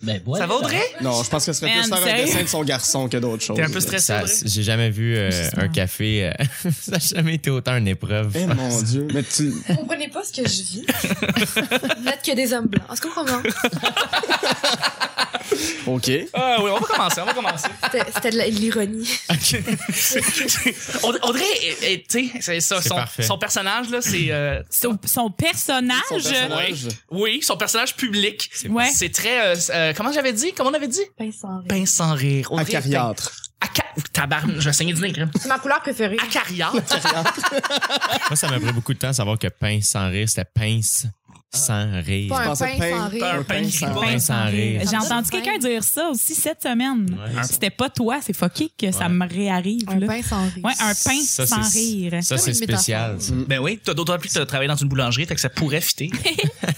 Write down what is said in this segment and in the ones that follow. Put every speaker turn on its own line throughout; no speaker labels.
Ben, ouais,
Ça va, Audrey?
Non, je pense que ce serait
Man,
plus faire un
sérieux?
dessin de son garçon que d'autres choses.
T'es un peu stressé,
Ça,
Audrey?
J'ai jamais vu euh, un café. euh, ça n'a jamais été autant une épreuve.
Eh mon dieu. Mais tu.
Vous comprenez pas ce que je vis. Peut-être que des hommes blancs. Est-ce qu'on comprend?
OK.
Ah oui, on va commencer, on va commencer.
C'était c'était de la- de l'ironie.
Aud- Audrey, eh, eh, tu sais, c'est ça.
C'est
Son,
parfait.
son personnage, là, c'est. euh,
Son, son personnage.
Son personnage.
oui, son personnage public.
Ouais.
C'est très. euh, euh, comment j'avais dit? Comment on avait dit?
Pince sans rire.
Pain sans rire. Audrey,
Acariâtre.
pain- Aca- Tabarn, je vais saigner du nez, crème.
C'est ma couleur préférée.
Acariâtre.
Moi, ça m'a pris beaucoup de temps de savoir que pince sans rire, c'était pince sans rire.
Pas un pain
pensais pain-
sans
pain-
rire.
pain
pain-
sans-
Pain sans rire.
J'ai entendu quelqu'un dire ça aussi cette semaine.
Ouais.
C'était pas toi, c'est fucké que ça
Ouais.
me réarrive.
Un
là.
pain sans rire.
Ouais, un pain
Ça,
sans
c'est-
rire.
Ça,
Comme
c'est
une métaphore.
spécial. ça.
ben oui, t'as d'autant plus que t'as travaillé dans une boulangerie, fait que ça pourrait fitter.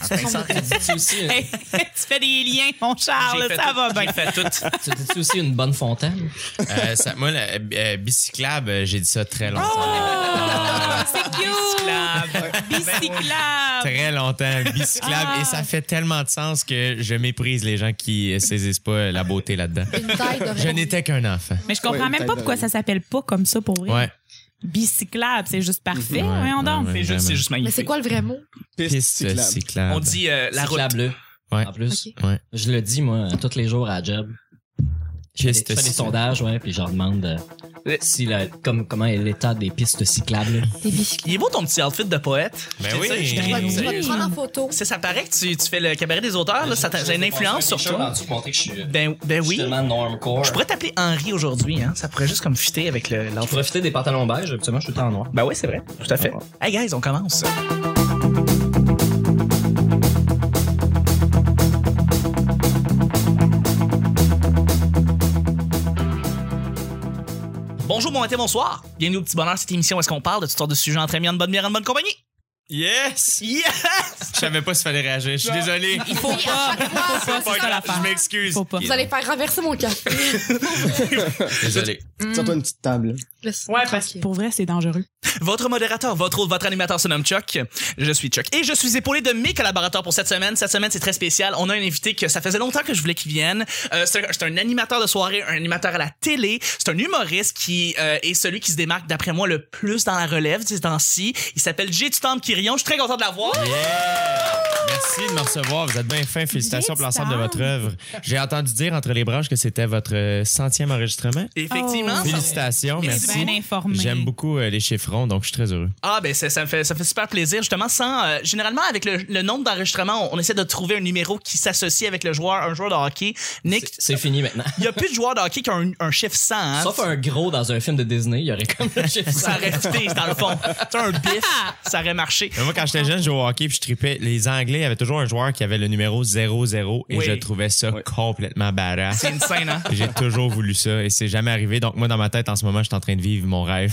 Pain sans rire. T'étais-tu aussi, euh,
Hey, tu fais des liens, mon Charles,
J'ai fait
Ah, ça
tout-
va bien.
J'ai fait tout.
t'étais-tu aussi une bonne fontaine?
Euh, ça- moi, la, euh, bicyclable, euh, j'ai dit ça très longtemps.
Oh, c'est cute!
Clave.
Oh!
Bicyclable!
Très longtemps, bicyclable.
Ah.
Et ça fait tellement de sens que je méprise les gens qui euh, saisissent pas la beauté là-dedans.
Une taille de
Je n'étais qu'un enfant.
Mais je comprends
Ouais,
même
taille
pas pourquoi
de-
ça s'appelle pas comme ça pour vrai.
Ouais.
Bicyclable, c'est juste parfait.
Ouais,
Voyons donc.
ouais,
C'est juste, c'est juste magnifique.
Mais c'est quoi le vrai mot?
Piste
Piste cyclable.
cyclable.
On dit euh, la route.
bleue.
Ouais.
En plus.
Ok.
Ouais.
Je le dis, moi, tous les jours à la job. Je fais, des- je
Piste
fais des
cyclable.
sondages, ouais, puis je leur demande euh, si la- comme, comment est l'état des pistes cyclables.
Des bicyclettes.
Il est beau ton petit outfit de poète.
Ben
Je
oui.
sais, je
Je vais
t'ai-
te- je
sérieux.
vais te prendre en photo.
Ça, ça paraît que tu, tu fais le cabaret des auteurs, Ah, là, ça t'a- ça a une influence sur toi.
euh,
Ben, ben oui.
Justement, normcore.
Je pourrais t'appeler Henri aujourd'hui, hein. Ça pourrait juste comme fitter avec le
Je
l'enfant.
profiter des pantalons beige, absolument, je suis tout le temps en noir.
Ben oui, c'est vrai. Tout à fait. Hey guys, on commence. Bonjour, bon matin, bonsoir. Bienvenue au petit bonheur, cette émission où est-ce qu'on parle de toutes sortes de sujets entre amis, en bonne bière, en bonne compagnie.
Yes!
Yes!
Je savais pas s'il fallait réagir. Je suis désolé.
Il faut pas, faut pas, c'est ça
Je
l'affaire.
m'excuse.
Faut pas.
Vous allez faire renverser mon café.
Désolé.
Tiens-toi une petite table.
Ouais, parce que.
Pour vrai, c'est dangereux.
Votre modérateur, votre autre, votre animateur se nomme Chuck. Je suis Chuck. Et je suis épaulé de mes collaborateurs pour cette semaine. Cette semaine, c'est très spécial. On a un invité que ça faisait longtemps que je voulais qu'il vienne. Euh, c'est un- c'est un animateur de soirée, un animateur à la télé. C'est un humoriste qui euh, est celui qui se démarque, d'après moi, le plus dans la relève ces temps-ci. Il s'appelle Jay Tutambe Kirion. Je suis très content de l'avoir.
Merci de me recevoir. Vous êtes bien fin. Félicitations pour l'ensemble de votre œuvre. J'ai entendu dire entre les branches que c'était votre euh, centième enregistrement.
Effectivement.
Oh.
Félicitations.
Merci
Merci.
C'est bien informé.
J'aime beaucoup euh, les chiffrons, donc je suis très heureux.
Ah ben ça, ça me fait ça me fait super plaisir justement sans euh, généralement avec le, le nombre d'enregistrements on, on essaie de trouver un numéro qui s'associe avec le joueur un joueur de hockey Nick
C'est fini maintenant.
il y a plus de joueurs de hockey qui ont un, un chiffre 100 hein.
Sauf un gros dans un film de Disney, il y aurait comme le chiffre
ça aurait fité, dans le fond. Tu sais, un bif, ça aurait marché.
Mais moi, quand j'étais jeune, je jouais au hockey puis je tripais. Les Anglais avaient toujours un joueur qui avait le numéro 0-0 et
Oui.
je trouvais ça complètement badass.
C'est insane, hein?
J'ai toujours voulu ça et c'est jamais arrivé. Donc, moi, dans ma tête, en ce moment, je suis en train de vivre mon rêve.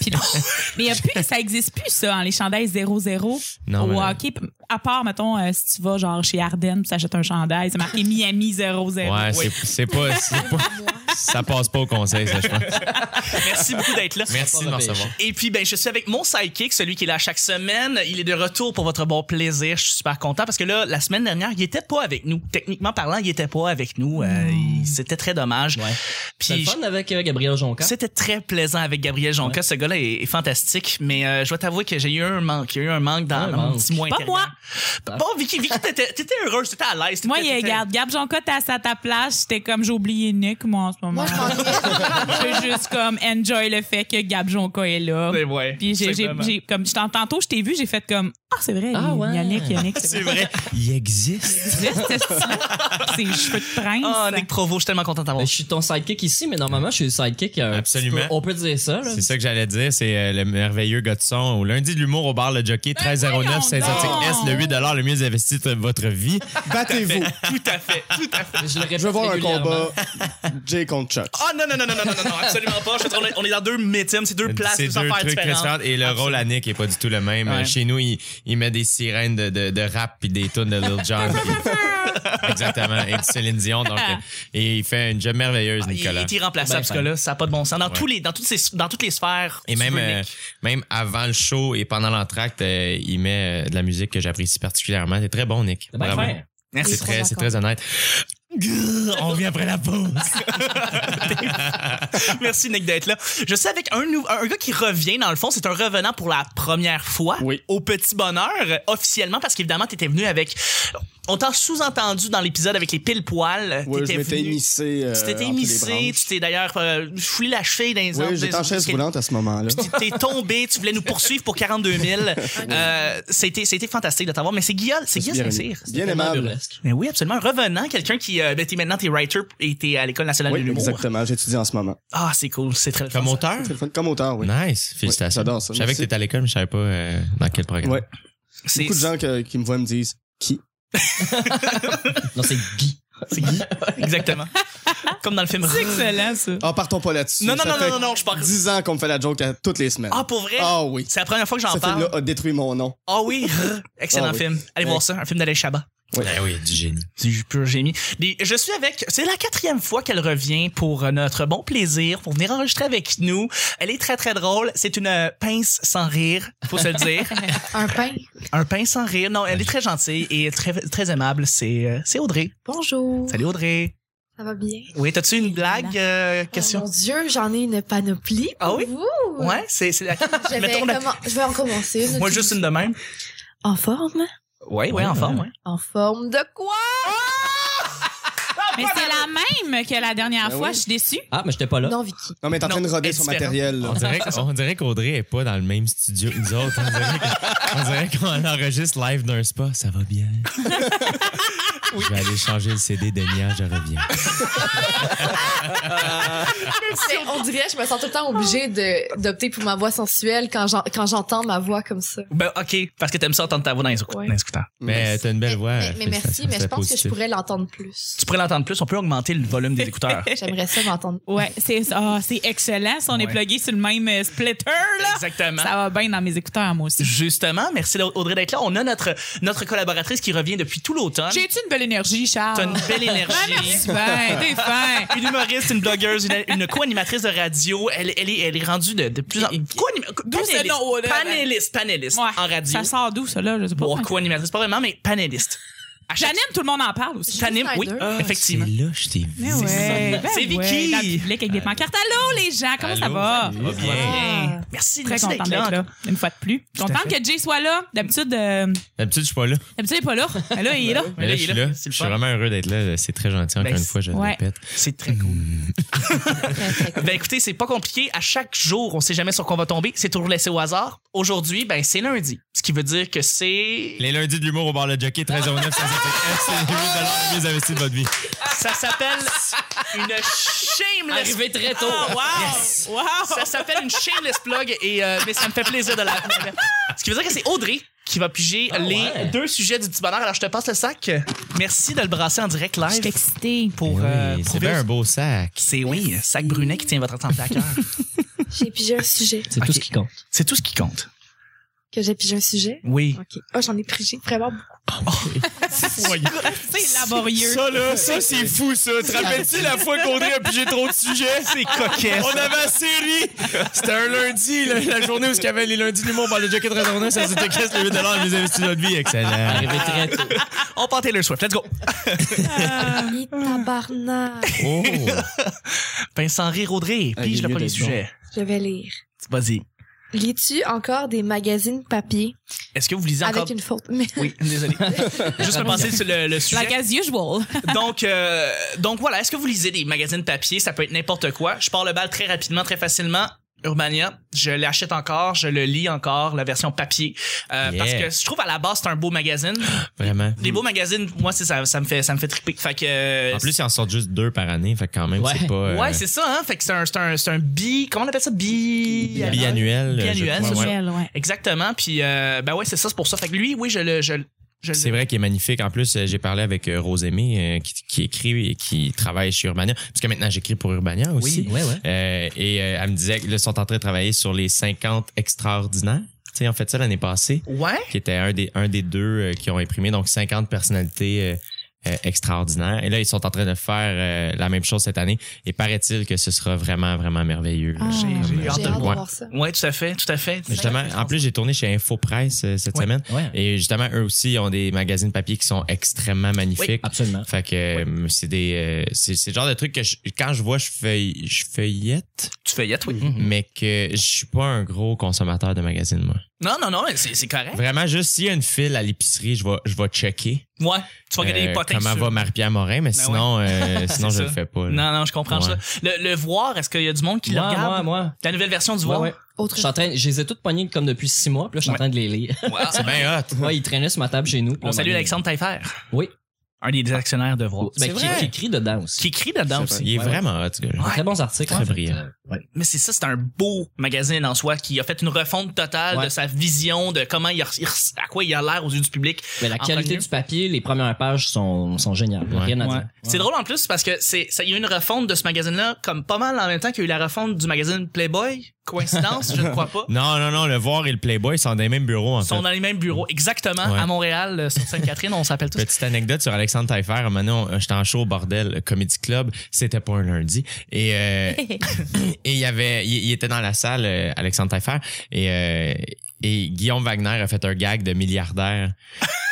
Puis là- mais y a plus, ça existe plus, ça, hein, les chandails 0-0
Non,
au
mais-
hockey. P- À part, mettons, euh, si tu vas genre chez Ardennes, tu achètes un chandail, c'est marqué Miami
Eh
0-0.
Ouais, c'est- c'est pas, c'est pas- Ça passe pas au conseil, ça, je pense.
Merci beaucoup d'être là.
Merci de me recevoir.
Et puis, ben, je suis avec mon sidekick, celui qui est là chaque semaine. Il est de retour pour votre bon plaisir. Je suis super content parce que là, la semaine dernière, il était pas avec nous. Techniquement parlant, il était pas avec nous. Euh, il- C'était très dommage.
Hmm. Ouais. C'est le
Puis,
fun avec euh, Gabriel Jonca.
C'était très plaisant avec Gabriel Jonca. Ce gars-là est, est fantastique, mais euh, je dois t'avouer que j'ai eu un manque. Il y a eu un manque dans,
Un
dans mon
manque.
petit mois
Pas
intérieur. Bah.
moi.
Bon, Vicky, Vicky, t'étais t'étais heureuse, t'étais à l'aise.
Moi,
t'étais-
il
t'étais-
regarde, Gab Jonca, t'as à ta place. J'étais comme, j'ai oublié Nick, moi, en ce moment.
Moi, je pensais.
je veux juste comme enjoy le fait que Gab Jonca est là.
Ouais, ouais.
Puis j'ai, j'ai,
Simplement.
j'ai- comme je t'en- tantôt, je t'ai vu, j'ai fait comme ah c'est vrai,
Ah
il,
ouais.
il y a Nick, il y a Nick, c'est
C'est
vrai.
vrai. Il existe.
Juste, c'est ça. Ses cheveux de prince.
Ah,
Oh, Nick Provo, je suis tellement content d'avoir.
Ben, je suis ton sidekick ici, mais normalement, je suis le sidekick. euh,
Absolument.
petit peu- on peut dire ça, là.
C'est ça que j'allais dire, c'est euh, le merveilleux gars de son. Au lundi de l'humour au bar Le Jockey,
Ben
1309, 16
voyons
S,
donc.
le 8 le mieux investi de votre vie.
Battez-vous.
Tout à fait, tout à fait.
Je le répète
Je veux voir un
régulièrement.
combat. Jay contre Chuck.
Ah non, non, non, non, non, non, non, non, absolument pas. Je veux dire, on, est, on est dans deux métiers, c'est deux places, deux,
C'est deux
affaires
trucs
différentes.
différents et le rôle à Nick est pas du tout le même.
Ouais.
Chez nous, il, il met des sirènes de, de, de rap puis des tunes de Lil Jon. puis- Exactement, et du Céline Dion. Donc, euh, et il fait une job merveilleuse,
Ah. Il
Nicolas.
est irremplaçable,
Ben,
ce gars-là, ça n'a pas de bon sens. Dans,
Ouais.
tous les, dans, toutes, ces, dans toutes les sphères.
Et
tu
même,
veux
euh,
Nick.
même avant le show et pendant l'entracte, euh, il met euh, de la musique que j'apprécie particulièrement. C'est très bon, Nick.
C'est bien
Bravo.
fin.
Merci.
C'est
trop
très, c'est
d'accord.
très honnête. On revient après la pause.
Merci, Nick, d'être là. Je sais avec un, nou- un gars qui revient, dans le fond, c'est un revenant pour la première fois
Oui.
au petit bonheur, euh, officiellement, parce qu'évidemment, t'étais venu avec. On t'a sous-entendu dans l'épisode avec les pile poils.
Ouais, je m'étais émissé. euh,
Tu t'étais
entre les
émissé,
branches.
tu t'es d'ailleurs euh, foulé la cheville dans les arbres,
Oui, j'étais en
parce
chaise
que-
roulante à ce moment-là.
Puis t'es tombé, tu voulais nous poursuivre pour 42 000. Euh, c'était, c'était fantastique de t'avoir, mais c'est Guillaume, c'est Guillaume
Bien
Saint-Cyr.
bien
Tellement
aimable.
burlesque.
Mais oui, absolument. Revenant, quelqu'un qui, euh, ben, t'es maintenant, t'es writer et t'es à l'École nationale
Oui,
de l'humour.
exactement. J'étudie en ce moment.
Ah, c'est cool, c'est très le fun,
Comme
ça.
auteur?
C'est le fun. Comme auteur, oui.
Nice. Félicitations.
j'adore ça,
Je savais que
merci.
t'étais à l'école, mais je savais pas euh, dans quel programme.
Ouais.
C'est,
Beaucoup de gens que- qui me voient me disent qui
Non, c'est Guy.
c'est Guy. Exactement. Comme dans le film.
C'est excellent, ça.
Ah, partons pas là-dessus.
Non, non,
Ça
non,
fait
non, non, non, je parle.
10 ans qu'on me fait la joke à toutes les semaines.
Ah, pour vrai?
Ah oui.
C'est la première fois que j'en
Ce
parle.
film-là a détruit mon nom.
Ah oui, excellent
Ah oui.
film. Allez
Ouais.
voir ça, un film d'Alain Chabat.
Ben oui, du génie.
Du pur génie. Des- Je suis avec. C'est la quatrième fois qu'elle revient pour euh, notre bon plaisir, pour venir enregistrer avec nous. Elle est très très drôle. C'est une euh, pince sans rire, faut se le dire.
Un pain.
Un pince sans rire. Non, elle est très gentille et très très aimable. C'est euh, c'est Audrey.
Bonjour.
Salut Audrey.
Ça va bien?
Oui, t'as-tu une blague euh,
Oh
question?
Ah,
mon Dieu, j'en ai une panoplie.
Ah
pour
oui?
vous.
ouais, c'est c'est la-
Je vais,
Mettons la-
commen- je vais en commencer. une
moi
autre-
juste une de même.
En forme?
Oui, oui, en forme. Eh Ouais.
En forme de quoi?
Mais c'est la même que la dernière
Ben
fois,
oui.
je suis déçue.
Ah, mais j'étais pas là.
Non, Vicky.
Non, mais t'es en train de
Non,
roder
est
son
différent.
matériel. là.
On dirait, que- on dirait qu'Audrey est pas dans le même studio que nous autres. On dirait que- on dirait qu'on enregistre live d'un spa. Ça va bien. Je vais aller changer le CD de Nia, je reviens.
Mais on dirait, je me sens tout le temps obligée de- d'opter pour ma voix sensuelle quand j'en- quand j'entends ma voix comme ça.
Ben ok, parce que t'aimes ça entendre ta voix dans les, écou-
Ouais.
dans les écouteurs.
Mais t'as une belle voix.
mais, mais merci,
félicitations,
mais je
c'était
pense que je
positif.
pourrais l'entendre plus.
Tu pourrais l'entendre plus. On peut augmenter le volume des écouteurs.
J'aimerais ça m'entendre.
Ouais, c'est ah, c'est excellent si on est
Ouais.
plugué sur le même euh, splitter, là.
Exactement.
Ça va bien dans mes écouteurs, moi aussi.
Justement, merci Audrey d'être là. On a notre, notre collaboratrice qui revient depuis tout l'automne.
J'ai-tu une belle énergie, Charles?
T'as une belle
Ah,
énergie.
merci bien, t'es fin.
Une humoriste, une blogueuse, une, une co-animatrice de radio. Elle, elle, est, elle est rendue de, de plus en plus.
D'où ce
Panéliste,
nom, là, là?
panéliste, panéliste
Ouais.
en radio.
Ça sort d'où, ça, là? Je sais pas.
Bon, co-animatrice, pas vraiment, mais panéliste. À chaque-
J'anime, tout le monde en parle aussi.
T'animes, oui,
Snyder.
Ah,
C'est
effectivement.
là, je t'ai vu.
Mais ouais, ben
C'est Vicky.
ouais, dans le public avec des pancartes. Allô, les gens, comment ça
Allô,
va?
Ça va bien.
Bien.
Ah.
Merci,
Très
merci
contente
d'être là.
d'être là, une fois de plus. Contente que Jay soit là. D'habitude, euh,
D'habitude, je suis pas là.
d'habitude, il est pas là. Mais là, il est là.
Mais là, je suis là.
C'est
Je
le
suis
fun.
vraiment heureux d'être là. C'est très gentil, encore
Ben,
une fois, je le
ouais.
répète.
C'est très cool.
Mm.
Très, très cool.
Ben écoutez, c'est pas compliqué. À chaque jour, on sait jamais sur quoi on va tomber. C'est toujours laissé au hasard. Aujourd'hui, ben c'est lundi. Ce qui veut dire que c'est.
Les lundis de l'humour au bar Le Jockey, 13 09 c'est 8 les mieux investis de votre vie.
Ah, Ça s'appelle une shameless.
Arrivé très tôt.
Ah, wow! Ça s'appelle une shameless plug et euh, mais ça me fait plaisir de la. Ce qui veut dire que c'est Audrey qui va piger
Ah,
les
ouais.
deux sujets du petit bonheur. Alors je te passe le sac. Merci de le brasser en direct
Je suis
live
excitée.
pour. euh,
Ben Oui, c'est
prouver-
bien un beau sac.
C'est oui, sac Brunet qui tient votre attention à cœur.
J'ai pigé un sujet.
C'est
Ok.
tout ce qui compte.
C'est tout ce qui compte.
Que j'ai pigé un sujet?
Oui.
OK. Ah, j'en ai pigé vraiment beaucoup.
Ah, C'est laborieux.
là, ça, c'est fou, ça. Te rappelles-tu la fois qu'Audrey a pigé trop de sujets? C'est
coquette.
On avait la série. C'était un lundi, la, la journée où il y avait les lundis de l'humour par le Jockey, 13 09 ça c'était caisse, les 8 les mieux investis de votre vie. Excellent.
Ah, Arrivé très tôt.
On part Taylor Swift. Let's go.
Et tabarnak.
Oh!
Vincent Rire Audrey,
Ah, il
pige
est
le
mieux
premier
d'être
sujet.
Je vais lire.
Vas-y.
Lis-tu encore des magazines papier
Est-ce que vous lisez encore
avec une faute? Mais
Oui, désolé. Juste repasser sur le, le sujet.
Like as usual.
Donc, euh, donc voilà, est-ce que vous lisez des magazines papier? Ça peut être n'importe quoi. Je pars le bal très rapidement, très facilement. Urbania, je l'achète encore, je le lis encore, la version papier. Euh,
Yeah.
Parce que je trouve à la base, c'est un beau magazine.
Vraiment.
Les beaux magazines, moi, c'est ça, ça me fait, ça me fait triper. Fait que, euh,
En plus, ils en sortent juste deux par année, fait que quand même,
Ouais.
c'est pas. euh,
ouais, c'est ça, hein. Fait que c'est un, c'est un, c'est un bi, comment on appelle ça? Bi.
biannuel. euh, je
Biannuel,
crois,
c'est
ouais.
Michel, ouais.
Exactement. Puis, euh, ben ouais, c'est ça, c'est pour ça. Fait que lui, oui, je le, je, le- je le-
C'est vrai qu'il est magnifique. En plus, euh, j'ai parlé avec euh, Rosémée, euh, qui, qui écrit et qui travaille chez Urbania. Parce que maintenant, j'écris pour Urbania aussi.
Oui, ouais, ouais.
Euh, et euh, elle me disait qu'ils sont en train de travailler sur les 50 extraordinaires. Tu sais, on fait ça l'année passée,
Ouais.
qui était un des, un des deux euh, qui ont imprimé. Donc, 50 personnalités euh, euh, extraordinaire. Et là, ils sont en train de faire euh, la même chose cette année. Et paraît-il que ce sera vraiment, vraiment merveilleux.
Ah. J'ai-
Comme,
j'ai
euh,
hâte de
J'ai hâte de
ouais.
voir ça.
Ouais, tout à fait, tout à fait.
Mais Justement, en plus, j'ai tourné chez Infopresse euh, cette
Ouais.
semaine.
Ouais.
Et justement, eux aussi ils ont des magazines papier qui sont extrêmement magnifiques.
Absolument.
Fait que euh, c'est des euh, c'est c'est le genre de truc que je- quand je vois je feuille je feuillette
Tu fais yet, oui.
Mm-hmm.
mais que je suis pas un gros consommateur de magazines moi.
Non, non, non, mais c'est c'est correct.
Vraiment juste s'il y a une file à l'épicerie, je vais je vais checker
Ouais, tu vas regarder
euh,
les potins
comment
sur-
va Marie-Pierre Morin mais
Ben
sinon euh, sinon je
C'est
le
ça.
fais pas. là.
Non, non, je comprends
Ouais.
ça. Le, le voir, est-ce qu'il y a du monde qui le
Moi,
regarde?
moi, moi.
La nouvelle version du
Ouais,
voir?
ouais.
Autre
Je suis en train, je les ai toutes pognées comme depuis six mois, puis là, je suis en
Ouais.
train de les lire.
Wow.
C'est bien hot.
ouais, ils traînaient sur ma table chez nous.
On salue Alexandre Taillefer.
Oui.
Un des actionnaires de voir.
Ben, qui, qui écrit dedans aussi.
Qui écrit dedans
C'est
aussi.
Il est
Ouais,
vraiment hot ce gars-là.
Ouais.
Très bons articles.
Très
en fait.
brillant.
Euh, ouais.
Mais c'est ça, c'est un beau magazine en soi qui a fait une refonte totale
Ouais.
de sa vision, de comment il, a- il res- à quoi il a l'air aux yeux du public.
Mais la
En
qualité
premier.
du papier, les premières pages sont, sont géniales.
Ouais.
Rien à
Ouais.
dire.
C'est drôle en plus parce que c'est ça, il y a eu une refonte de ce magazine-là comme pas mal en même temps qu'il y a eu la refonte du magazine Playboy. Coïncidence, je ne crois pas.
Non non non, le voir et le Playboy ils sont dans les mêmes bureaux en
Ils sont
fait.
dans les mêmes bureaux, exactement,
Ouais.
à Montréal, euh, sur Sainte-Catherine, on s'appelle tous.
Petite anecdote sur Alexandre Taillefer. Maintenant, j'étais en show au bordel, Comedy Club. C'était pas un lundi. Et, euh, et il y avait, il, il était dans la salle, euh, Alexandre Taillefer. Et, euh, et Guillaume Wagner a fait un gag de milliardaire.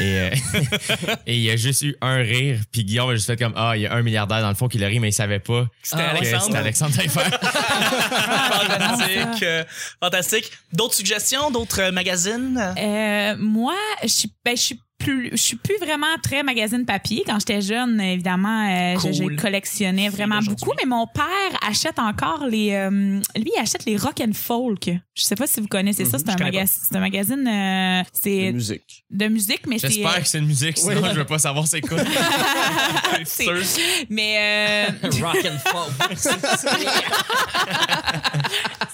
Et, euh, et il y a juste eu un rire. Puis Guillaume a juste fait comme, ah, il y a un milliardaire dans le fond qui le rit, mais il savait pas
C'était
Ah,
que
Alexandre.
c'était Alexandre Taillefer.
fantastique. euh, fantastique. D'autres suggestions, d'autres euh, magazines?
Euh, moi, je suis, ben, je suis plus, je suis plus vraiment très magazine papier. Quand j'étais jeune, évidemment, euh, je- je,
Cool.
collectionnais vraiment
d'aujourd'hui.
beaucoup. Mais mon père achète encore les, euh, lui, il achète les rock and folk. Je sais pas si vous connaissez ça. C'est
Mhm. je
un,
connais
maga-
pas.
c'est un magazine, euh,
de
c'est
musique.
de musique, mais c'est,
J'espère que c'est une musique, sinon
Oui.
je veux pas savoir c'est quoi.
c'est- mais euh,
Rock and folk.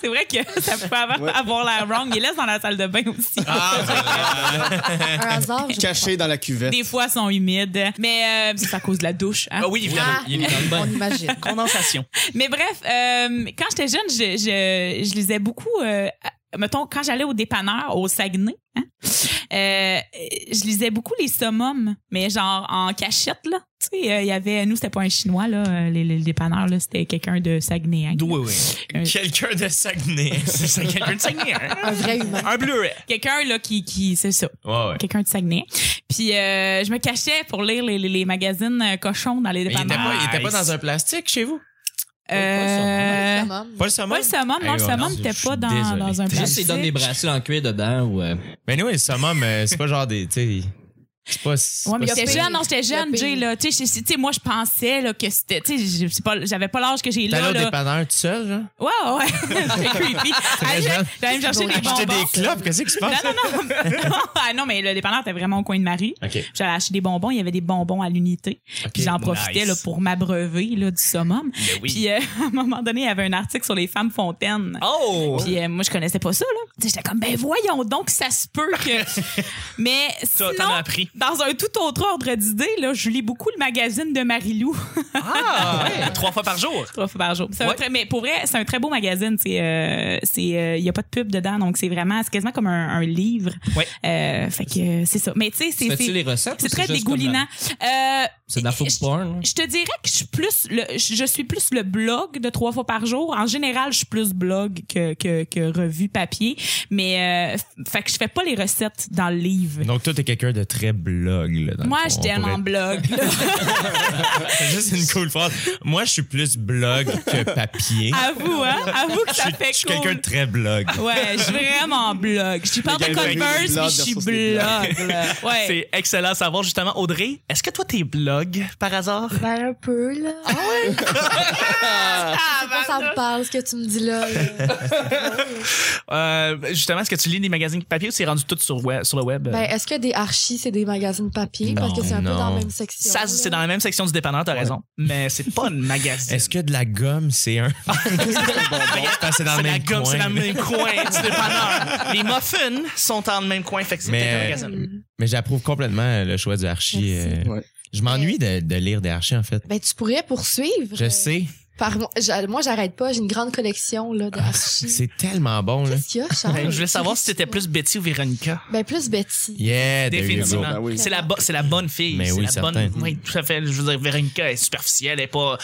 c'est vrai que ça peut avoir,
Ouais.
avoir l'air wrong. Il laisse dans la salle de bain aussi.
Ah.
Ah,
Un hasard. je-
Caché dans la cuvette.
Des fois, ils sont humides. Mais euh, c'est à cause de la douche.
ben,
Hein?
Ah oui, évidemment.
Ah,
Il est dans le
on
bain.
imagine.
Condensation.
Mais bref, euh, quand j'étais jeune, je, je, je lisais beaucoup. euh, à- mettons, quand j'allais au dépanneur, au Saguenay, hein, euh, je lisais beaucoup les summums, mais genre en cachette, là. Tu sais, euh, il y avait, nous, c'était pas un Chinois, là, euh, les, les dépanneurs, là, c'était quelqu'un de Saguenay. hein.
Oui, oui.
Quelqu'un de Saguenay.
C'est quelqu'un de Saguenay, hein?
Un vrai humain.
Un Blu-ray.
Quelqu'un, là, qui, qui c'est ça,
Ouais, ouais.
quelqu'un de Saguenay. Puis, euh, je me cachais pour lire les, les, les magazines euh, cochons dans les
Mais il était,
dépanneurs.
pas, il était pas
Nice.
dans un plastique chez vous?
Euh,
Maximum.
Pas le saumon?
pas le summum, non,
Hey,
le
oh,
summum
je-
n'était
je
pas
suis
dans,
désolé.
dans un
Juste, ils donnent des
plastique.
bracelets en cuir dedans ou. euh,
Mais nous, le summum, euh, c'est pas genre des. tu sais, C'est pas. c'est
Ouais, mais
pas-
j'étais
pire.
jeune, non, j'étais
Il y a
jeune,
pire.
Jay, là. Tu sais, c'est- tu sais, moi, je pensais, là, que c'était, tu sais, je- c'est pas- j'avais pas l'âge que j'ai
T'allais
là,
au
là.
dépanneur tout seul, genre?
Ouais, ouais, ouais. C'était creepy. Ah,
jeune.
je- J'allais me chercher des
Acheter
bonbons.
des clopes, qu'est-ce qui se passe?
Non, non, non. Ah, non, mais le dépanneur était vraiment au coin de Marie.
OK.
J'allais acheter des bonbons, il y avait des bonbons à l'unité. Puis j'en profitais
nice.
là, pour m'abreuver là, du summum.
Ben oui.
Puis euh, à un moment donné, il y avait un article sur les femmes fontaines.
Ah,
Oh!
Puis euh, moi, je connaissais pas ça. là. Tu sais, J'étais comme, ben voyons donc, ça se peut que... mais
T'as-
sinon,
T'en as appris.
dans un tout autre ordre d'idée, là, je lis beaucoup le magazine de Marilou
Ah! ouais. Trois fois par jour.
trois fois par jour. C'est un
Ouais.
très- mais pour vrai, c'est un très beau magazine. C'est, euh, c'est, euh, il y a pas de pub dedans, donc c'est vraiment, c'est quasiment comme un, un livre.
Ouais.
Euh, fait que euh, c'est ça. Mais tu sais, c'est,
Fais-tu
c'est-
les recettes?
c'est
ou
très
juste comme la-
dégoulinant. Euh,
C'est de la food
je-
porn.
je te dirais que je suis plus le, je je suis plus le blog de trois fois par jour. En général, je suis plus blog que, que, que revue papier. Mais, euh, f- fait que je fais pas les recettes dans le livre.
Donc, toi, t'es quelqu'un de très blog, là. dans le
Moi,
fond.
je
On
t'aime en
pourrait-
blog. là.
C'est juste une cool phrase. Moi, je suis plus blog que papier.
Avoue, hein? Avoue que
Je
ça
suis,
fait
je suis
cool. Ah,
quelqu'un de très blog.
Ouais, je suis vraiment blog. Je suis pas de
Le gars, il
Converse,
fait
mais
des
je suis
blogs versus
blog. là. Ouais.
C'est excellent à savoir, justement. Audrey, est-ce que toi, t'es blog, par hasard?
Ben, un peu, là. Ah ouais?
Ah,
Je sais
bah,
pas, ça me parle, ce que tu me dis là. là.
Euh, justement, est-ce que tu lis des magazines papier ou c'est rendu tout sur, web, sur le web?
Ben, est-ce que des archis, c'est des magazines papier? Parce que c'est un
Non,
peu dans
non.
la même section.
ça, c'est dans la même section du dépanneur, t'as raison. Mais c'est pas un magazine.
Est-ce que de la gomme, c'est un. C'est passé dans
C'est la
le même
gomme,
coin.
c'est dans le même coin du dépanneur. Les muffins sont dans le même coin, fait que c'est
Mais- euh,
peut-être un
là.
magazine.
Mm.
Mais j'approuve complètement euh, le choix du archi.
Merci.
euh,
Ouais.
Je m'ennuie de, de lire des archis, en fait.
Ben, tu pourrais poursuivre.
Je sais.
Par moi, j'a- moi, j'arrête pas. J'ai une grande collection là de Archie.
Ah, C'est hein? tellement bon, là.
Qu'est-ce qu'il y a, Charles?
Ben, Je voulais savoir si c'était plus Betty ou Véronica.
Ben plus Betty.
Yeah, there you go.
Définitivement.
Ben oui.
C'est la, bo- c'est la bonne fille.
Mais
c'est
oui,
la bonne.
certain.
Oui, tout à fait. Je veux dire, Véronica est superficielle, elle est pas.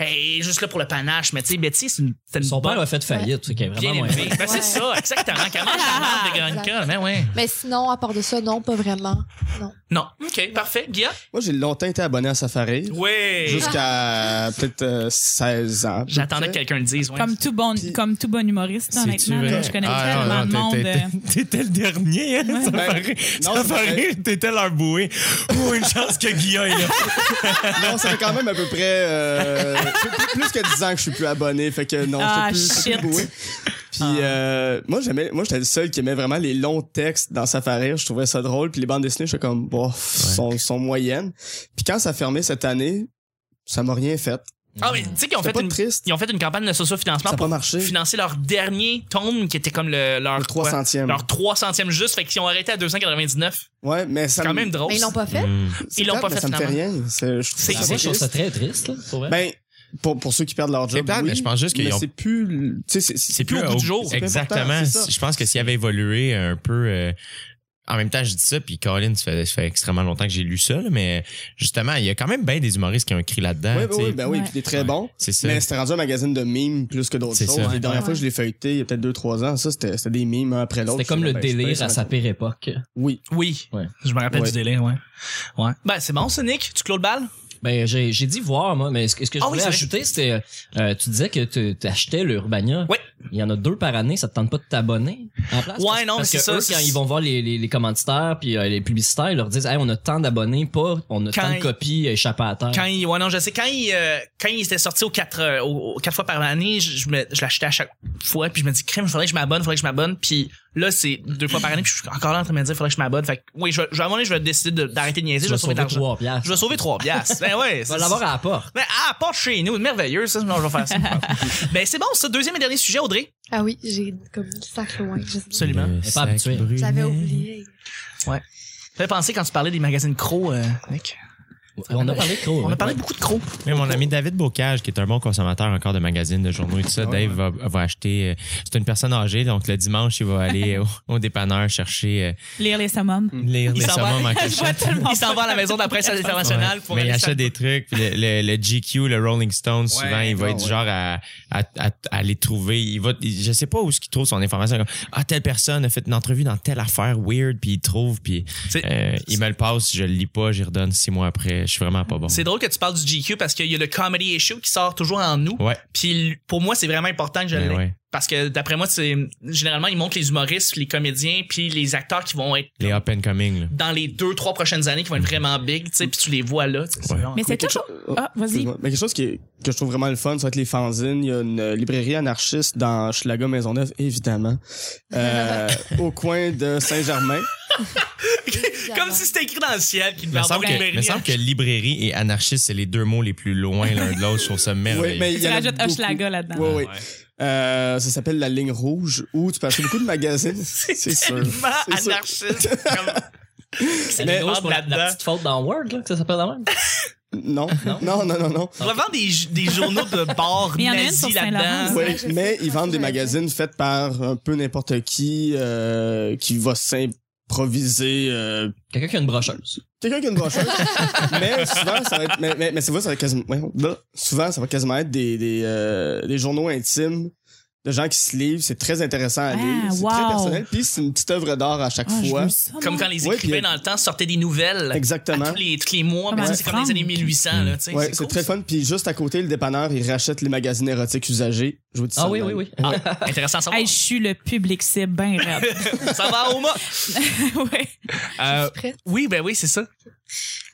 Elle est juste là pour le panache. Mais tu sais, Betty, c'est une, c'est une
Son
bonne.
père a fait faillite, c'est qui est
Bien
vraiment moins
élevée. Ben, c'est
Ouais.
ça, exactement. Comment je de Véronica? Ben ouais.
Mais sinon, à part de ça, non, pas vraiment. Non.
Non. OK, parfait. Guilla?
Moi, j'ai longtemps été abonné à Safari.
Oui.
Jusqu'à peut-être euh, 16 ans. à peu
J'attendais
près.
que quelqu'un le dise. ouais.
Comme tout bon,
Puis-
comme tout bon humoriste,
C'est-tu
honnêtement, là,
vrai?
je connais
Ah,
tellement
non,
de
non,
monde.
t'es-
euh,
t'es- T'étais le dernier, hein? Ça
Ben,
fait rire.
non,
Ça
c'est vrai.
fait rire, T'étais leur bouée. Ou une chance que Guilla est là.
Non, ça fait quand même à peu près euh, plus- plus que 10 ans que je suis plus abonné. Fait que non,
Ah,
je suis plus,
shit.
boué. Puis
Ah.
euh, moi, j'aimais, moi, j'étais le seul qui aimait vraiment les longs textes dans Safari. Je trouvais ça drôle. Puis les bandes dessinées, j'étais comme, bon, sont, sont moyennes. Puis quand ça a fermé cette année, ça m'a rien fait.
Ah, mais tu sais qu'ils ont
C'était
fait
pas
une.
triste.
Ils ont fait une campagne de
Ça
socio-financement
n'a pas
pour
marché.
financer leur dernier tome qui était comme le, leur,
Le 300e.
leur 300e juste. Fait qu'ils ont arrêté à 299.
Ouais, mais ça
C'est quand
me-
même drôle.
Mais Ben, ils l'ont pas
Oh,
fait.
Hmm.
c'est
ils l'ont
plate,
pas
mais
fait,
Ça me fait rien. C'est, je trouve
C'est-
ça
c'est
Moi, je trouve ça
triste.
très triste, là, pour vrai.
Ben, pour, pour ceux qui perdent leur job,
C'est plate,
oui,
mais je pense juste qu'ils
mais
ont-
c'est plus, le- tu sais, c'est, c'est,
C'est
plus au goût du jour.
C'est plus
Exactement.
important, c'est ça.
Je pense que s'il avait évolué un peu. euh, en même temps, je dis ça, puis Colin, ça fait, ça fait extrêmement longtemps que j'ai lu ça, là, mais justement, il y a quand même bien des humoristes qui ont écrit là-dedans.
Ouais,
tu
ben
sais.
oui, ben oui,
Ouais.
puis il est très
Ouais.
bon.
C'est ça.
Mais c'était rendu un magazine de mimes plus que d'autres
C'est
choses.
ça.
Les dernières
Ouais.
fois que je l'ai feuilleté, il y a peut-être 2-3 ans, ça, c'était c'était des mimes un après l'autre.
C'était comme le
Ben,
délire
je
à
sais
sa
pas.
pire époque.
Oui.
Oui.
Ouais.
Je me rappelle
Ouais.
du délai, ouais. Ouais. Ben, c'est bon, ça, Nick. Tu clôt le bal?
Ben, j'ai j'ai dit voir, moi, mais ce que, ce que je
Ah oui,
voulais
c'est vrai.
ajouter, c'était, euh, tu disais que tu achetais le Urbania.
Oui.
Il y en a deux par année, ça te tente pas de t'abonner en place?
Ouais,
Parce-
non, mais
parce
c'est
que
ça,
eux,
c'est-
quand ils vont voir les, les, les commanditaires puis euh, les publicitaires, ils leur disent, hey, on a tant d'abonnés, pas, on a
Quand
tant de
ils-
copies échappées à terre.
Quand il, ouais, non, je sais, quand il, euh, quand il était sorti aux quatre, euh, aux, aux quatre fois par année, je, je, me- je l'achetais à chaque fois, puis je me dis, crème, faudrait que je m'abonne, faudrait que je m'abonne, puis là, c'est deux fois par année, puis je suis encore là en train de me dire, faudrait que je m'abonne. Fait que, oui, je, vais- je, vais- à un moment donné, je vais décider de- d'arrêter de
tu
niaiser, je
vas
vais sauver de
sauver
l'argent.
trois piastres.
Je vais sauver trois piastres. Ben ouais.
Tu vas l'avoir à la porte.
Ben, ah, pas chez nous, merveilleux, ça, non, je vais faire ça. ben, c'est bon, ça. Deuxième et dernier sujet, Audrey.
Ah oui, j'ai comme le sac loin. je sais pas.
Absolument.
Le
pas
sac
habitué.
brûlé.
J'avais oublié.
Ça fait penser quand tu parlais des magazines Crow, euh, Nick.
On a parlé de gros,
On a
ouais.
parlé beaucoup de Crow.
Mais mon ami David Bocage, qui est un bon consommateur encore de magazines, de journaux et tout
Ah
ça, Dave va, va acheter. euh, c'est une personne âgée, donc le dimanche, il va aller au, au dépanneur chercher euh,
Lire les summums.
lire
Mm. Il
les
s'en va-
summums en
Je vois
cachette.
tellement
Il s'en va à la maison de la presse internationale
Ouais.
pour
Mais il
aller
achète des trucs. puis Le, le, le GQ, le Rolling Stone, souvent, il va
non,
être du
ouais.
genre à, à, à, à les trouver. Il va, il- je sais pas où ce qu'il trouve son information. Comme, ah, telle personne a fait une entrevue dans telle affaire weird, puis il trouve, puis
C'est-
euh, il me le passe, je le lis pas, j'y redonne six mois après. Je suis vraiment pas bon.
C'est drôle que tu parles du GQ parce qu'il y a le comedy issue qui sort toujours en nous.
Ouais.
Puis l- pour moi, c'est vraiment important que je
mais
l'ai.
ouais.
Parce que d'après moi, c'est généralement, ils montrent les humoristes, les comédiens, puis les acteurs qui vont être
Les up and coming. là.
dans les deux, trois prochaines années, qui vont être vraiment big, tu sais, puis tu les vois là. tu sais, c'est
Ouais.
vraiment
Mais
cool.
c'est toujours.
Oh,
Ah, vas-y.
excuse-moi. Mais quelque chose qui est- que je trouve vraiment le fun, ça va être les fanzines. Il y a une euh, librairie anarchiste dans Schlaga Maisonneuve, évidemment. Euh, au coin de Saint-Germain.
Comme si c'était écrit dans le ciel qu'il
Il
devait
me
avoir
semble,
une
que,
librairie.
me semble que librairie et anarchiste, c'est les deux mots les plus loin l'un de l'autre. Je trouve ça merveilleux.
Oui, mais il
Tu
y en a
rajoutes
beaucoup.
Hochelaga là-dedans.
Oui, oui. Euh, ça s'appelle la ligne rouge où tu peux acheter beaucoup de magazines. C'est sûr.
tellement
C'est sûr.
anarchiste. comme- C'est
Mais
les
gros, c'est pour la, la
là-dedans.
petite faute dans Word, là, que ça s'appelle la même.
Non,
Non?
non, non, non, non.
On
Ah,
va vendre des, des journaux de bord
Mais il y en a une sur
nazis
Saint-Laurent.
là-dedans.
Oui,
Ouais, je
mais
sais,
ils
je
Ah,
vendent des
sais.
magazines faits par un peu n'importe qui euh, qui va s'improviser. euh,
Quelqu'un qui a une brocheuse.
Quelqu'un qui a une brocheuse. mais souvent, ça va être. Mais, mais, mais c'est vrai, ça va quasiment. ouais, bah, souvent, ça va quasiment être des, des, euh, des journaux intimes de gens qui se livrent. C'est très intéressant à
Ah,
lire. c'est très
wow.
personnel. Puis c'est une petite œuvre d'art à chaque
Ah, je
fois.
veux ça,
Comme
moi.
quand les
Ouais,
écrivains
puis-
dans le temps sortaient des nouvelles.
Exactement.
À tous les, tous les mois,
Comme
mais
un
ça, c'est comme les
Franck.
années 1800, là, tu sais.
Ouais, c'est
cool,
très
ça.
fun. Puis juste à côté, le dépanneur, il rachète les magazines érotiques usagés. Je vous dis ça.
Ah oui,
de
oui,
même.
oui.
Ah, intéressant à savoir.
Hey, je suis le public cible bien raide.
ça va, Oma?
Ouais.
Euh,
prête.
oui, ben oui, c'est ça.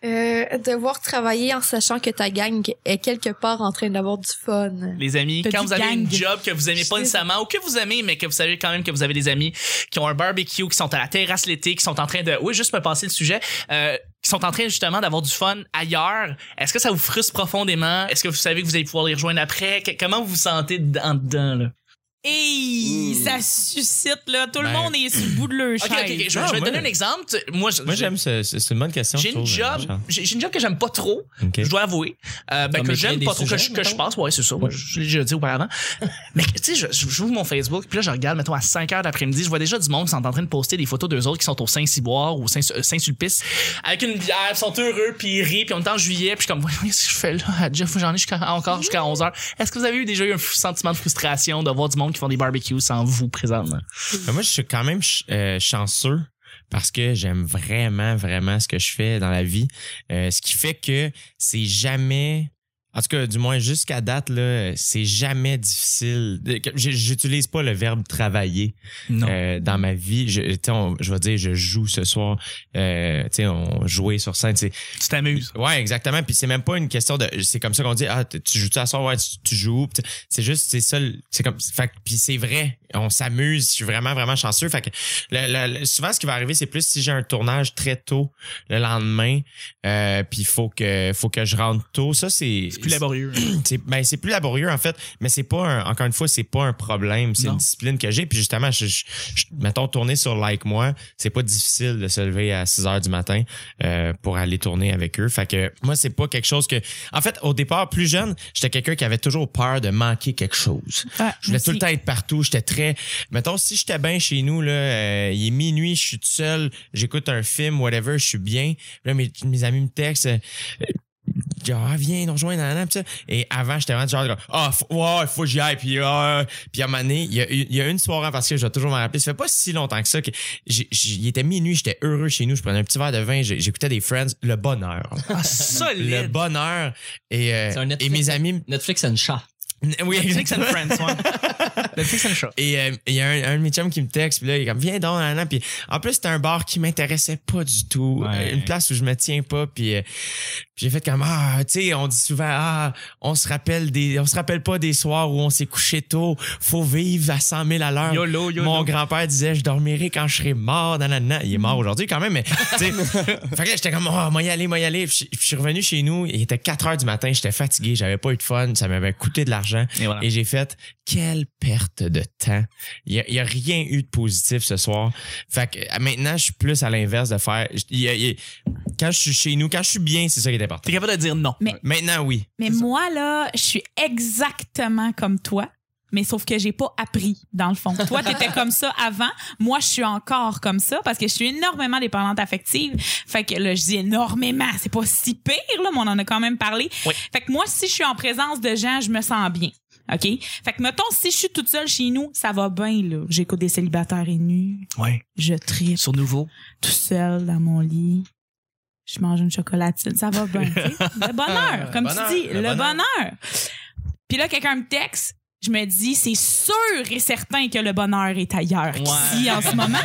Euh, devoir travailler en sachant que ta gang est quelque part en train d'avoir du fun.
Les amis,
T'as
quand
dit
vous avez
gang.
une job que vous aimez
Je
pas
sais.
nécessairement ou que vous aimez, mais que vous savez quand même que vous avez des amis qui ont un barbecue, qui sont à la terrasse l'été, qui sont en train de... Oui, juste me passer le sujet. euh, qui sont en train justement d'avoir du fun ailleurs. Est-ce que ça vous frustre profondément? Est-ce que vous savez que vous allez pouvoir les rejoindre après? Que- comment vous vous sentez d- en dedans, là?
Hey,
Mm.
ça suscite, là. Tout le
Ben.
monde est sur le bout de leur
Ok,
chaise.
ok, ok, je,
Non,
je vais te
moi-
donner un exemple. Moi, je-
Moi,
je-
j'aime ce, ce- c'est une bonne question.
J'ai
je
une
trouve,
job,
Charles.
j'ai j'ai une job que j'aime pas trop,
Ok.
je dois avouer, euh, ben
Comme
que
écrire
j'aime
des
pas trop que,
sujets,
je- que je
mettons?
pense, ouais c'est ça, ouais, je l'ai déjà dit auparavant. Mais tu sais, je- je- j'ouvre mon Facebook, puis là je regarde, mettons à 5 heures d'après-midi, je vois déjà du monde qui sont en train de poster des photos d'eux autres qui sont au Saint-Cyboire ou Saint- euh, Saint-Sulpice avec une bière, ils sont heureux, puis ils rient, puis on est en juillet, puis je suis comme, voyons ce que je fais là, à Jeff, j'en ai jusqu'à- encore jusqu'à 11 heures. Est-ce que vous avez eu déjà eu un f- sentiment de frustration de voir du monde qui font des barbecues sans vous présentement?
Mais moi, je suis quand même ch- euh, chanceux parce que j'aime vraiment, vraiment ce que je fais dans la vie. Euh, ce qui fait que c'est jamais. En tout cas, du moins jusqu'à date, là, c'est jamais difficile. de- que- j'ai- J'utilise pas le verbe travailler
Non.
euh, dans ma vie. Je, tu sais, on- je vais dire, je joue ce soir. Euh, tu sais, on jouait sur scène. tu sais,
Tu t'amuses.
Ouais, exactement. Puis c'est même pas une question de. C'est comme ça qu'on dit ah t- tu joues tu à soir ouais tu, tu joues. Puis t- C'est juste c'est ça. le- C'est comme. Fait que- puis c'est vrai. On s'amuse. Je suis vraiment vraiment chanceux. Fait que le- le- le- souvent ce qui va arriver c'est plus si j'ai un tournage très tôt le lendemain. Euh, puis faut que faut que je rentre tôt. Ça c'est
C'est plus laborieux. hein.
c'est ben, c'est plus laborieux en fait mais c'est pas un, encore une fois c'est pas un problème c'est
Non.
une discipline que j'ai puis justement je, je- je- mettons tourner sur like moi c'est pas difficile de se lever à 6 heures du matin euh, pour aller tourner avec eux fait que moi c'est pas quelque chose que en fait au départ plus jeune j'étais quelqu'un qui avait toujours peur de manquer quelque chose
Ah,
je voulais
moi
tout le
aussi.
temps être partout. J'étais très. Mettons, si j'étais bien chez nous, là, euh, il est minuit, je suis tout seul, j'écoute un film, whatever, je suis bien. Là, mes, mes amis me textent. euh, Genre, ah, viens, nous rejoindre, nan, nan, pis ça. Et avant, j'étais vraiment du genre, ah, faut- ouais, faut que j'y aille, puis ah, puis à un moment donné, il y, a, eu- il y a une soirée, parce que je vais toujours m'en rappeler, ça fait pas si longtemps que ça, que j'ai- j'ai- il était minuit, j'étais heureux chez nous, je prenais un petit verre de vin, j'ai- j'écoutais des Friends, le bonheur.
Ah,
le
solide.
bonheur. Et, euh,
C'est un
et
Netflix.
mes amis...
Netflix and chat.
Oui,
Netflix and Friends, ouais. Netflix and Chat.
Et euh, il y a un, un de mes chums qui me texte, puis là, il est comme, viens donc, nan, nan. Puis en plus, c'était un bar qui m'intéressait pas du tout.
Ouais.
Euh, Une place où je me tiens pas. Puis euh, puis j'ai fait comme, ah, tu sais, on dit souvent, ah, on se rappelle des, on se rappelle pas des soirs où on s'est couché tôt. Faut vivre à 100 000 à l'heure.
YOLO, YOLO.
Mon grand-père disait, je dormirai quand je serai mort. nan, nan, nan. Il est mort aujourd'hui quand même, mais tu sais. fait que là, j'étais comme, oh, moi y aller, moi y aller. Puis je- puis je suis revenu chez nous. Il était 4 heures du matin. J'étais fatigué. J'avais pas eu de fun. Ça m'avait coûté de l'argent.
Et voilà.
Et j'ai fait, quelle perte de temps. Il y a, il y a rien eu de positif ce soir. Fait que euh, maintenant, je suis plus à l'inverse de faire. il y a- il y a- quand je suis chez nous, quand je suis bien, c'est ça qui est important.
T'es capable de dire non.
Maintenant, oui.
Mais moi, là, je suis exactement comme toi. Mais sauf que j'ai pas appris, dans le fond. Toi, t'étais comme ça avant. Moi, je suis encore comme ça parce que je suis énormément dépendante affective. Fait que là, je dis énormément. C'est pas si pire, là, mais on en a quand même parlé.
Oui.
Fait que moi, si je suis en présence de gens, je me sens bien. OK? Fait que, mettons, si je suis toute seule chez nous, ça va bien, là. J'écoute des célibataires et nus.
Ouais.
Je tripe
Sur nouveau.
tout seul dans mon lit. Je mange une chocolatine, ça va bien. tu sais. le bonheur, comme
bonheur,
tu dis,
le
le,
bonheur.
bonheur. Puis là, quelqu'un me texte, je me dis, c'est sûr et certain que le bonheur est ailleurs qu'ici en ce moment,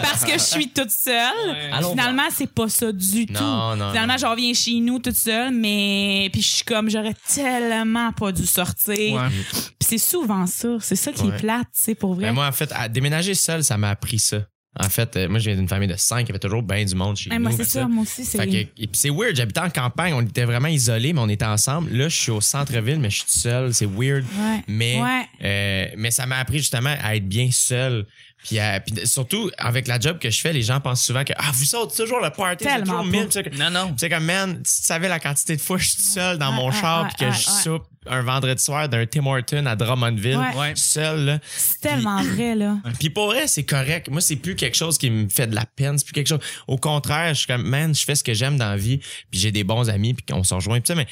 parce que je suis toute seule.
Allons
Finalement, c'est pas ça du
Non,
tout.
non,
Finalement, je reviens chez nous toute seule, mais puis je suis comme, j'aurais tellement pas dû sortir.
Ouais.
Puis c'est souvent ça, c'est ça qui
Ouais.
est plate, c'est pour vrai.
Mais moi, en fait, à déménager seul, ça m'a appris ça. En fait, euh, moi, je viens d'une famille de cinq, il y avait toujours bien du monde chez
Ouais,
nous.
moi, c'est
tout ça.
ça, moi aussi, c'est
Fait que- et puis c'est weird, j'habitais en campagne, on était vraiment isolés, mais on était ensemble. Là, je suis au centre-ville, mais je suis tout seul, c'est weird.
Ouais.
Mais,
Ouais.
euh, mais ça m'a appris justement à être bien seul. Puis, à- puis de- surtout, avec la job que je fais, les gens pensent souvent que ah, vous autres, toujours le party, c'est
Tellement
toujours
pas.
mille. Puis c'est que-
Non, non.
puis C'est comme, man, si tu savais la quantité de fois que je suis tout seul dans
Ouais,
mon
ouais,
char
ouais,
puis que
ouais,
je
ouais.
soupe un vendredi soir d'un Tim Horton à Drummondville,
Ouais.
Ouais.
seul, là.
C'est tellement vrai, là.
Puis pour vrai, c'est correct. Moi, c'est plus quelque chose qui me fait de la peine. C'est plus quelque chose. Au contraire, je suis comme, man, je fais ce que j'aime dans la vie. Puis j'ai des bons amis, puis on se rejoint, puis ça. Mais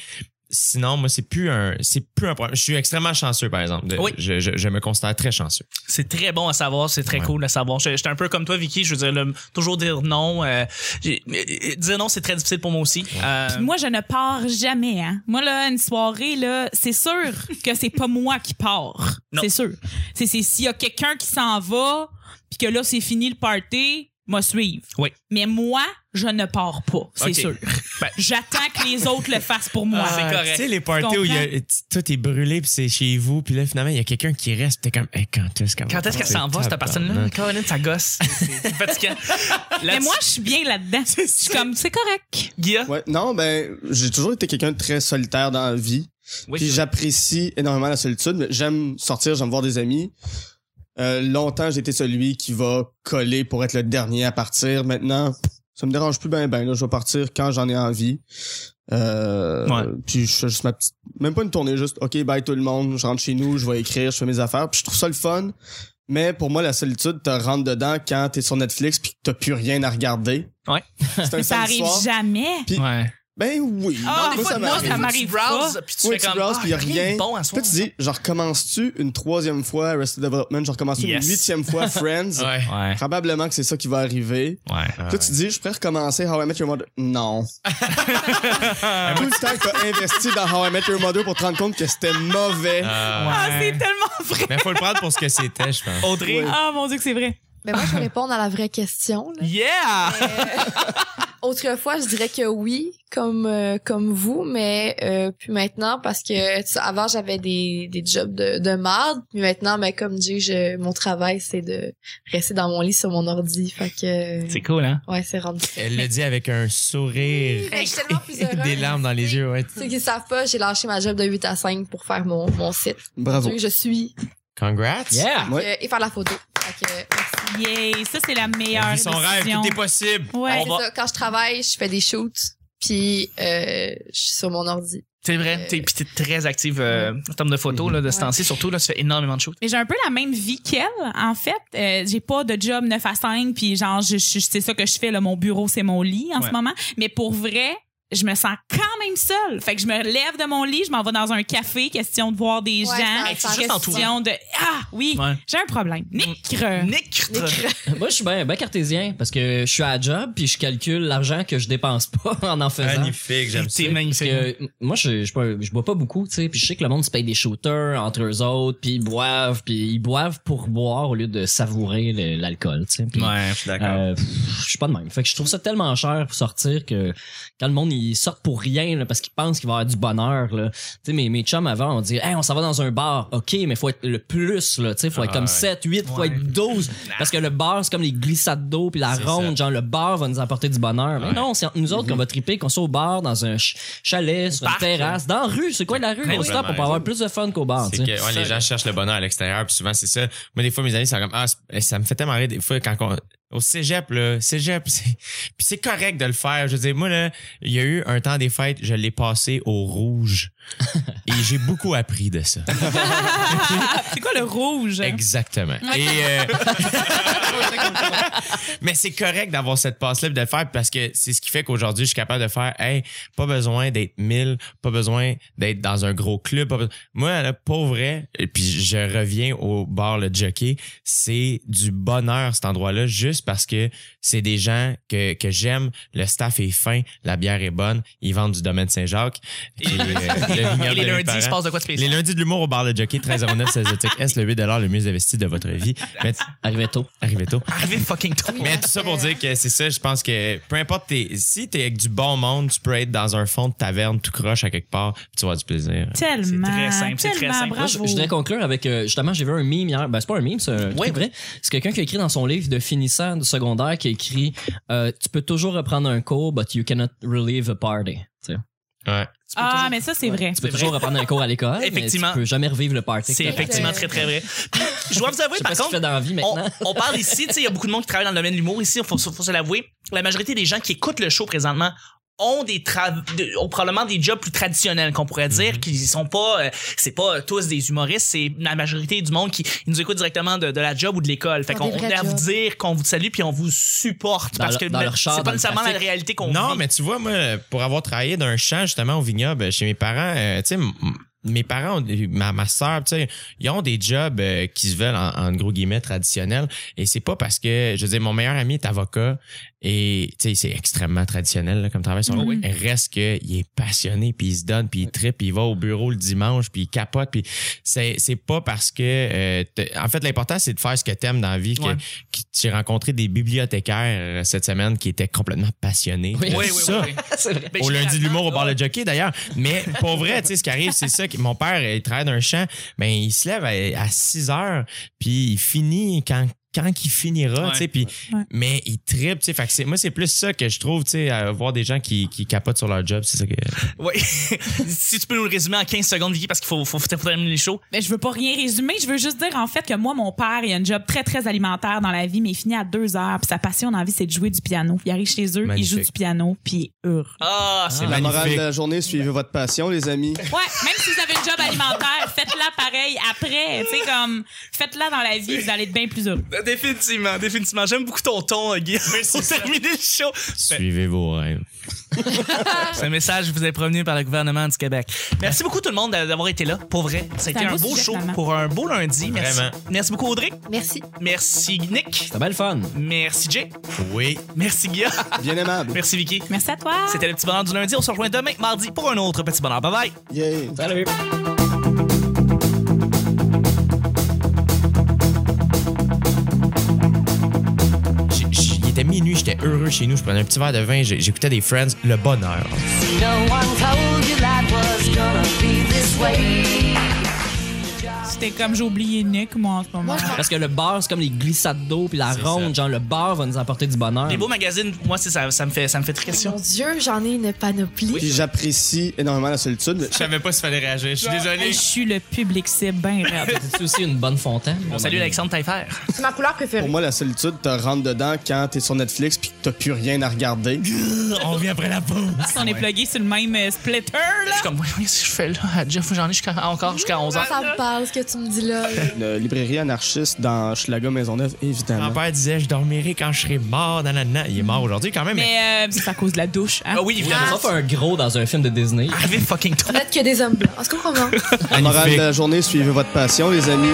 sinon, moi, c'est plus un, c'est plus un problème. Je suis extrêmement chanceux, par exemple. De-
Oui.
Je, je- je me considère très chanceux.
C'est très bon à savoir, c'est très
Ouais.
cool à savoir. Je- J'étais un peu comme toi, Vicky. Je veux dire, le- toujours dire non. euh, j'ai- euh, dire non, c'est très difficile pour moi aussi. Euh,
Puis moi, je ne pars jamais. Hein. Moi, là, une soirée, là, c'est sûr que c'est pas moi qui pars.
Non.
C'est sûr. C'est c'est s'il y a quelqu'un qui s'en va, puis que là, c'est fini le party, moi, suivre.
Oui.
Mais moi, je ne pars pas, c'est
Ok.
sûr.
Ben-
J'attends que les autres le fassent pour moi.
Ah, c'est correct.
Tu sais, les parties
Je
où il y a- tout est brûlé, puis c'est chez vous, puis là, finalement, il y a quelqu'un qui reste, puis t'es comme, Hey, quand est-ce qu'elle va
quand est-ce qu'elle
partir?
s'en va, cette personne-là?
Tabarnak.
Caroline, ça gosse. C'est c'est fatigant.
Mais moi, je suis bien là-dedans. Je suis comme, c'est correct.
Guilla.
Ouais, non, ben, j'ai toujours été quelqu'un de très solitaire dans la vie.
Oui,
puis
c'est-
j'apprécie énormément la solitude. mais J'aime sortir, j'aime voir des amis. Euh, longtemps, j'étais celui qui va coller pour être le dernier à partir. Maintenant, ça me dérange plus ben ben. Là, je vais partir quand j'en ai envie. Euh,
Ouais.
Puis je fais juste ma petite, même pas une tournée, juste OK, bye tout le monde. Je rentre chez nous, je vais écrire, je fais mes affaires. Puis je trouve ça le fun. Mais pour moi, la solitude te rentre dedans quand t'es sur Netflix puis que t'as plus rien à regarder.
Ouais.
C'est un
Ça
samedi
arrive
soir.
jamais.
Ouais.
Ben oui.
Ah,
Moi,
des fois,
ça
moi,
m'arrive.
ça m'arrive
Tu browses, Puis tu
Oui,
fais
tu
comme.
browses,
ah,
puis y a rien.
de Bon à
Puis
soir.
Là, tu dis, je recommence-tu une troisième fois Arrested Development? Je recommence-tu
Yes.
une huitième fois Friends?
Ouais.
Ouais.
Probablement que c'est ça qui va arriver.
Ouais.
Là, tu dis, je pourrais recommencer How I Met Your Mother. Non. Tout le temps que t'as investi dans How I Met Your Mother pour te rendre compte que c'était mauvais.
Ah, c'est tellement vrai.
Mais Euh, ben, faut le prendre pour ce que c'était, je pense.
Audrey.
Ah, mon Dieu, que c'est vrai.
Mais Ben, moi, je vais répondre à la vraie question. là.
Yeah!
Autrefois, je dirais que oui, comme euh, comme vous, mais euh, puis maintenant parce que tu sais, avant j'avais des des jobs de de marde, puis maintenant mais comme dit je mon travail c'est de rester dans mon lit sur mon ordi, fait que
C'est cool, hein?
ouais, c'est rendu.
Elle le dit avec un sourire.
Mais ben, je suis tellement plus heureuse.
Des larmes dans les yeux, ouais.
Ceux qui savent pas, j'ai lâché ma job de 8 à 5 pour faire mon mon site.
Bravo.
Donc, Je suis
Congrats.
Yeah!
Ouais.
euh, et faire la photo. Fait que, merci.
Yay, ça, c'est la
Elle
meilleure
vit son rêve,
décision.
tout est possible.
Ouais.
C'est ça, quand je travaille, je fais des shoots, puis euh, je suis sur mon ordi.
C'est vrai. T'es, puis t'es très active euh, en termes de photos, là, de ce
Ouais.
temps-ci. Surtout, là, tu fais énormément de shoots.
Mais j'ai un peu la même vie qu'elle, en fait. Euh, j'ai pas de job 9 à 5, puis genre, je, je- c'est ça que je fais, là, mon bureau, c'est mon lit en
Ouais.
ce moment. Mais pour vrai, je me sens quand même seule. Fait que je me lève de mon lit, je m'en vais dans un café, question de voir des
Ouais,
gens,
ça- ça
reste
question de... Ah, oui,
Ouais. Mm.
j'ai un problème. Nick!
Nick!
Moi, je suis bien ben cartésien parce que je suis à la job puis je calcule l'argent que je dépense pas en en faisant.
Magnifique, j'aime ça.
T'es
Parce
magnifique.
que euh, moi, je, je, bois- je bois pas beaucoup, tu sais. Puis je sais que le monde se paye des shooters entre eux autres, puis ils boivent, puis ils boivent pour boire au lieu de savourer le- l'alcool, tu sais. Puis,
Ouais, je suis d'accord.
euh, pff, je suis pas de même. Fait que je trouve ça tellement cher pour sortir que quand le monde il sort pour rien là, parce qu'ils pensent qu'il va y avoir du bonheur là. Tu sais mes mes chums avant on dit hey, on s'en va dans un bar. OK, mais faut être le plus là, tu sais, faut être
Ah,
comme
ouais.
7 8, faut
Ouais.
être 12 parce que le bar c'est comme les glissades d'eau puis la
C'est
ronde, genre le bar va nous apporter du bonheur. Mais
Ouais. Mm-hmm.
non, c'est entre nous autres qu'on va triper qu'on soit au bar dans un ch- chalet, sur une
Parc,
terrasse, dans la rue, c'est quoi la rue,
Ouais,
on
vraiment,
stop pour avoir plus de fun qu'au bar,
C'est
tu
que
sais.
ouais, les gens cherchent le bonheur à l'extérieur, puis souvent c'est ça. Moi, des fois, mes amis sont comme Ah, c'est- ça me fait tellement rire des fois quand on. Au cégep, là, cégep, c'est- puis c'est correct de le faire. Je veux dire, moi, là, il y a eu un temps des fêtes, je l'ai passé au rouge. et j'ai beaucoup appris de ça.
c'est quoi le rouge?
Exactement. Et, euh, Mais c'est correct d'avoir cette passe-là et de le faire parce que c'est ce qui fait qu'aujourd'hui, je suis capable de faire, hey, pas besoin d'être mille, pas besoin d'être dans un gros club. pas besoin- Moi, là, pour vrai, et puis je reviens au bar le jockey, c'est du bonheur cet endroit-là juste parce que c'est des gens que, que j'aime, le staff est fin, la bière est bonne, ils vendent du domaine Saint-Jacques. Et, euh, le vignoble
Et les
de mes
lundis, il se
parents.
passe de quoi de
Les
spécial?
lundis de l'humour au bar de jockey, 13,09 16 éthiques S, le 8 le mieux investi de votre vie. Mais
Arrivé tôt.
arrivez tôt.
Arrivé fucking tôt.
Mais tout ça pour dire que c'est ça, je pense que peu importe, tes, si t'es avec du bon monde, tu peux être dans un fond de taverne, tout croche à quelque part, puis tu vas avoir du plaisir.
Tellement,
C'est très simple, c'est très
tellement
simple.
Moi, je,
bravo.
je voudrais conclure avec euh, justement j'ai vu un meme hier ben c'est pas un meme c'est un
Ouais.
truc vrai c'est quelqu'un qui a écrit dans son livre de finissant du secondaire qui a écrit euh, tu peux toujours reprendre un cours but you cannot relive a party Tu sais,
Ouais.
ah, mais ça, c'est vrai.
tu peux toujours reprendre un cours à l'école
Effectivement.
mais tu peux jamais revivre le party
C'est
que t'as fait.
effectivement très, très vrai. Puis, je dois vous avouer,
je sais pas
par
ce que tu
contre,
fais dans la vie
on,
maintenant
on parle ici, tu sais, il y a beaucoup de monde qui travaille dans le domaine de l'humour ici, il faut, faut se l'avouer. La majorité des gens qui écoutent le show présentement ont des tra- de- ont probablement des jobs plus traditionnels qu'on pourrait
Mm-hmm.
dire qui sont pas euh, c'est pas tous des humoristes c'est la majorité du monde qui ils nous écoute directement de, de la job ou de l'école fait
Ils ont
qu'on
des
on
vrais
est à vous
jobs.
dire qu'on vous salue puis on vous supporte
Dans
parce
le-
que
dans leur char,
c'est
dans
pas
le
nécessairement la
trafic.
réalité qu'on
Non,
vit.
mais tu vois, moi, pour avoir travaillé d'un champ, justement, au vignoble, chez mes parents, euh, tu sais, m- mes parents, ont- ma, ma soeur, tu sais, ils ont des jobs euh, qui se veulent, en, en gros guillemets, traditionnels. Et c'est pas parce que, je veux dire, mon meilleur ami est avocat et, tu sais, c'est extrêmement traditionnel là, comme travail.
Ah
Son
Mhm.
Reste qu'il est passionné, puis il se donne, puis il tripe, puis il va au bureau le dimanche, puis il capote. Puis c'est c'est pas parce que... euh, t'es- en fait, l'important, c'est de faire ce que t'aimes dans la vie. que-
Ouais.
que J'ai rencontré des bibliothécaires euh, cette semaine qui étaient complètement passionnés.
Oui.
oui, oui,
Ça,
oui, oui. Ben,
au lundi de l'humour au
généralement,
bar le jockey d'ailleurs mais pour vrai tu sais ce qui arrive c'est ça que mon ben, père il travaille dans un champ mais il se lève à, à 6 heures puis il finit quand quand il finira,
Ouais.
tu sais, puis
Ouais.
mais il tripe, tu sais, fait que c'est- moi c'est plus ça que je trouve, tu sais, à voir des gens qui, qui capotent sur leur job, c'est ça que
Oui. si tu peux nous le résumer en 15 secondes, Vicky, parce qu'il faut, faut, faut terminer les shows.
Mais je veux pas rien résumer. Je veux juste dire, en fait, que moi, mon père, il a une job très, très alimentaire dans la vie, mais il finit à deux heures. Puis sa passion dans la vie, c'est de jouer du piano. Il arrive chez eux, il
Magnifique.
joue du piano, puis il hurle.
Ah, c'est
La
magnifique.
morale de la journée, suivez votre passion, les amis.
Ouais, même si vous avez une job alimentaire, faites-la pareil après. Tu sais, comme, faites-la dans la vie, vous allez être bien plus heureux.
Définitivement, définitivement. J'aime beaucoup ton ton, euh, Guy. Pour terminer le show.
suivez vos rêves.
Ce message vous est promené par le gouvernement du Québec. Merci beaucoup tout le monde d'a- d'avoir été là. Pour vrai, ça a
C'est
été
un
un
beau
beau
sujet,
show
finalement.
pour un beau lundi. Merci.
Vraiment.
Merci beaucoup Audrey.
Merci.
Merci Nick.
C'était bien le fun.
Merci Jay.
Oui.
Merci Guillaume.
Bien aimable.
Merci Vicky.
Merci à toi.
C'était le petit bonheur du lundi. On se rejoint demain, mardi, pour un autre petit bonheur. Bye bye.
Yeah.
Salut.
J- j- Il était minuit, j'étais heureux chez nous, je prenais un petit verre de vin, j- j'écoutais des Friends, le bonheur.
No one told you life was gonna be this way.
C'était comme j'ai oublié Nick, moi, en ce moment.
Moi, je pense
Parce que le beurre, c'est comme les glissades d'eau puis la
C'est
ronde.
ça.
Genre, le beurre va nous apporter du bonheur.
Les beaux magazines, moi, c'est ça, ça me fait, ça me fait très question.
Mon Dieu, j'en ai une panoplie.
Puis j'apprécie énormément la solitude. mais-
Je savais pas s'il fallait réagir, je suis
Hey,
désolé.
je suis le public cible bien raide.
C'est aussi une bonne fontaine.
On salue Alexandre Taillefer.
C'est ma couleur préférée.
Pour moi, la solitude te rentre dedans quand t'es sur Netflix puis que t'as plus rien à regarder.
On revient après la pause.
On est plugué sur le même euh, splitter,
Je
là.
suis comme, oui, oui, si je fais là, à Jeff, j'en ai jusqu'à- encore jusqu'à 11 h
Ça me parle ce que tu me dis là.
Une librairie anarchiste dans Schlaga Maisonneuve,
Mon
évidemment.
père disait je dormirai quand je serai mort. nanana. Il est mort aujourd'hui quand même. mais-
Mais euh, c'est à cause de la douche. Hein?
Ah oui, évidemment.
Ça fait un gros dans un film de Disney.
Arrivez fucking tôt.
Peut-être que des hommes blancs. Est-ce qu'on commence?
La morale de la journée, suivez votre passion, les amis.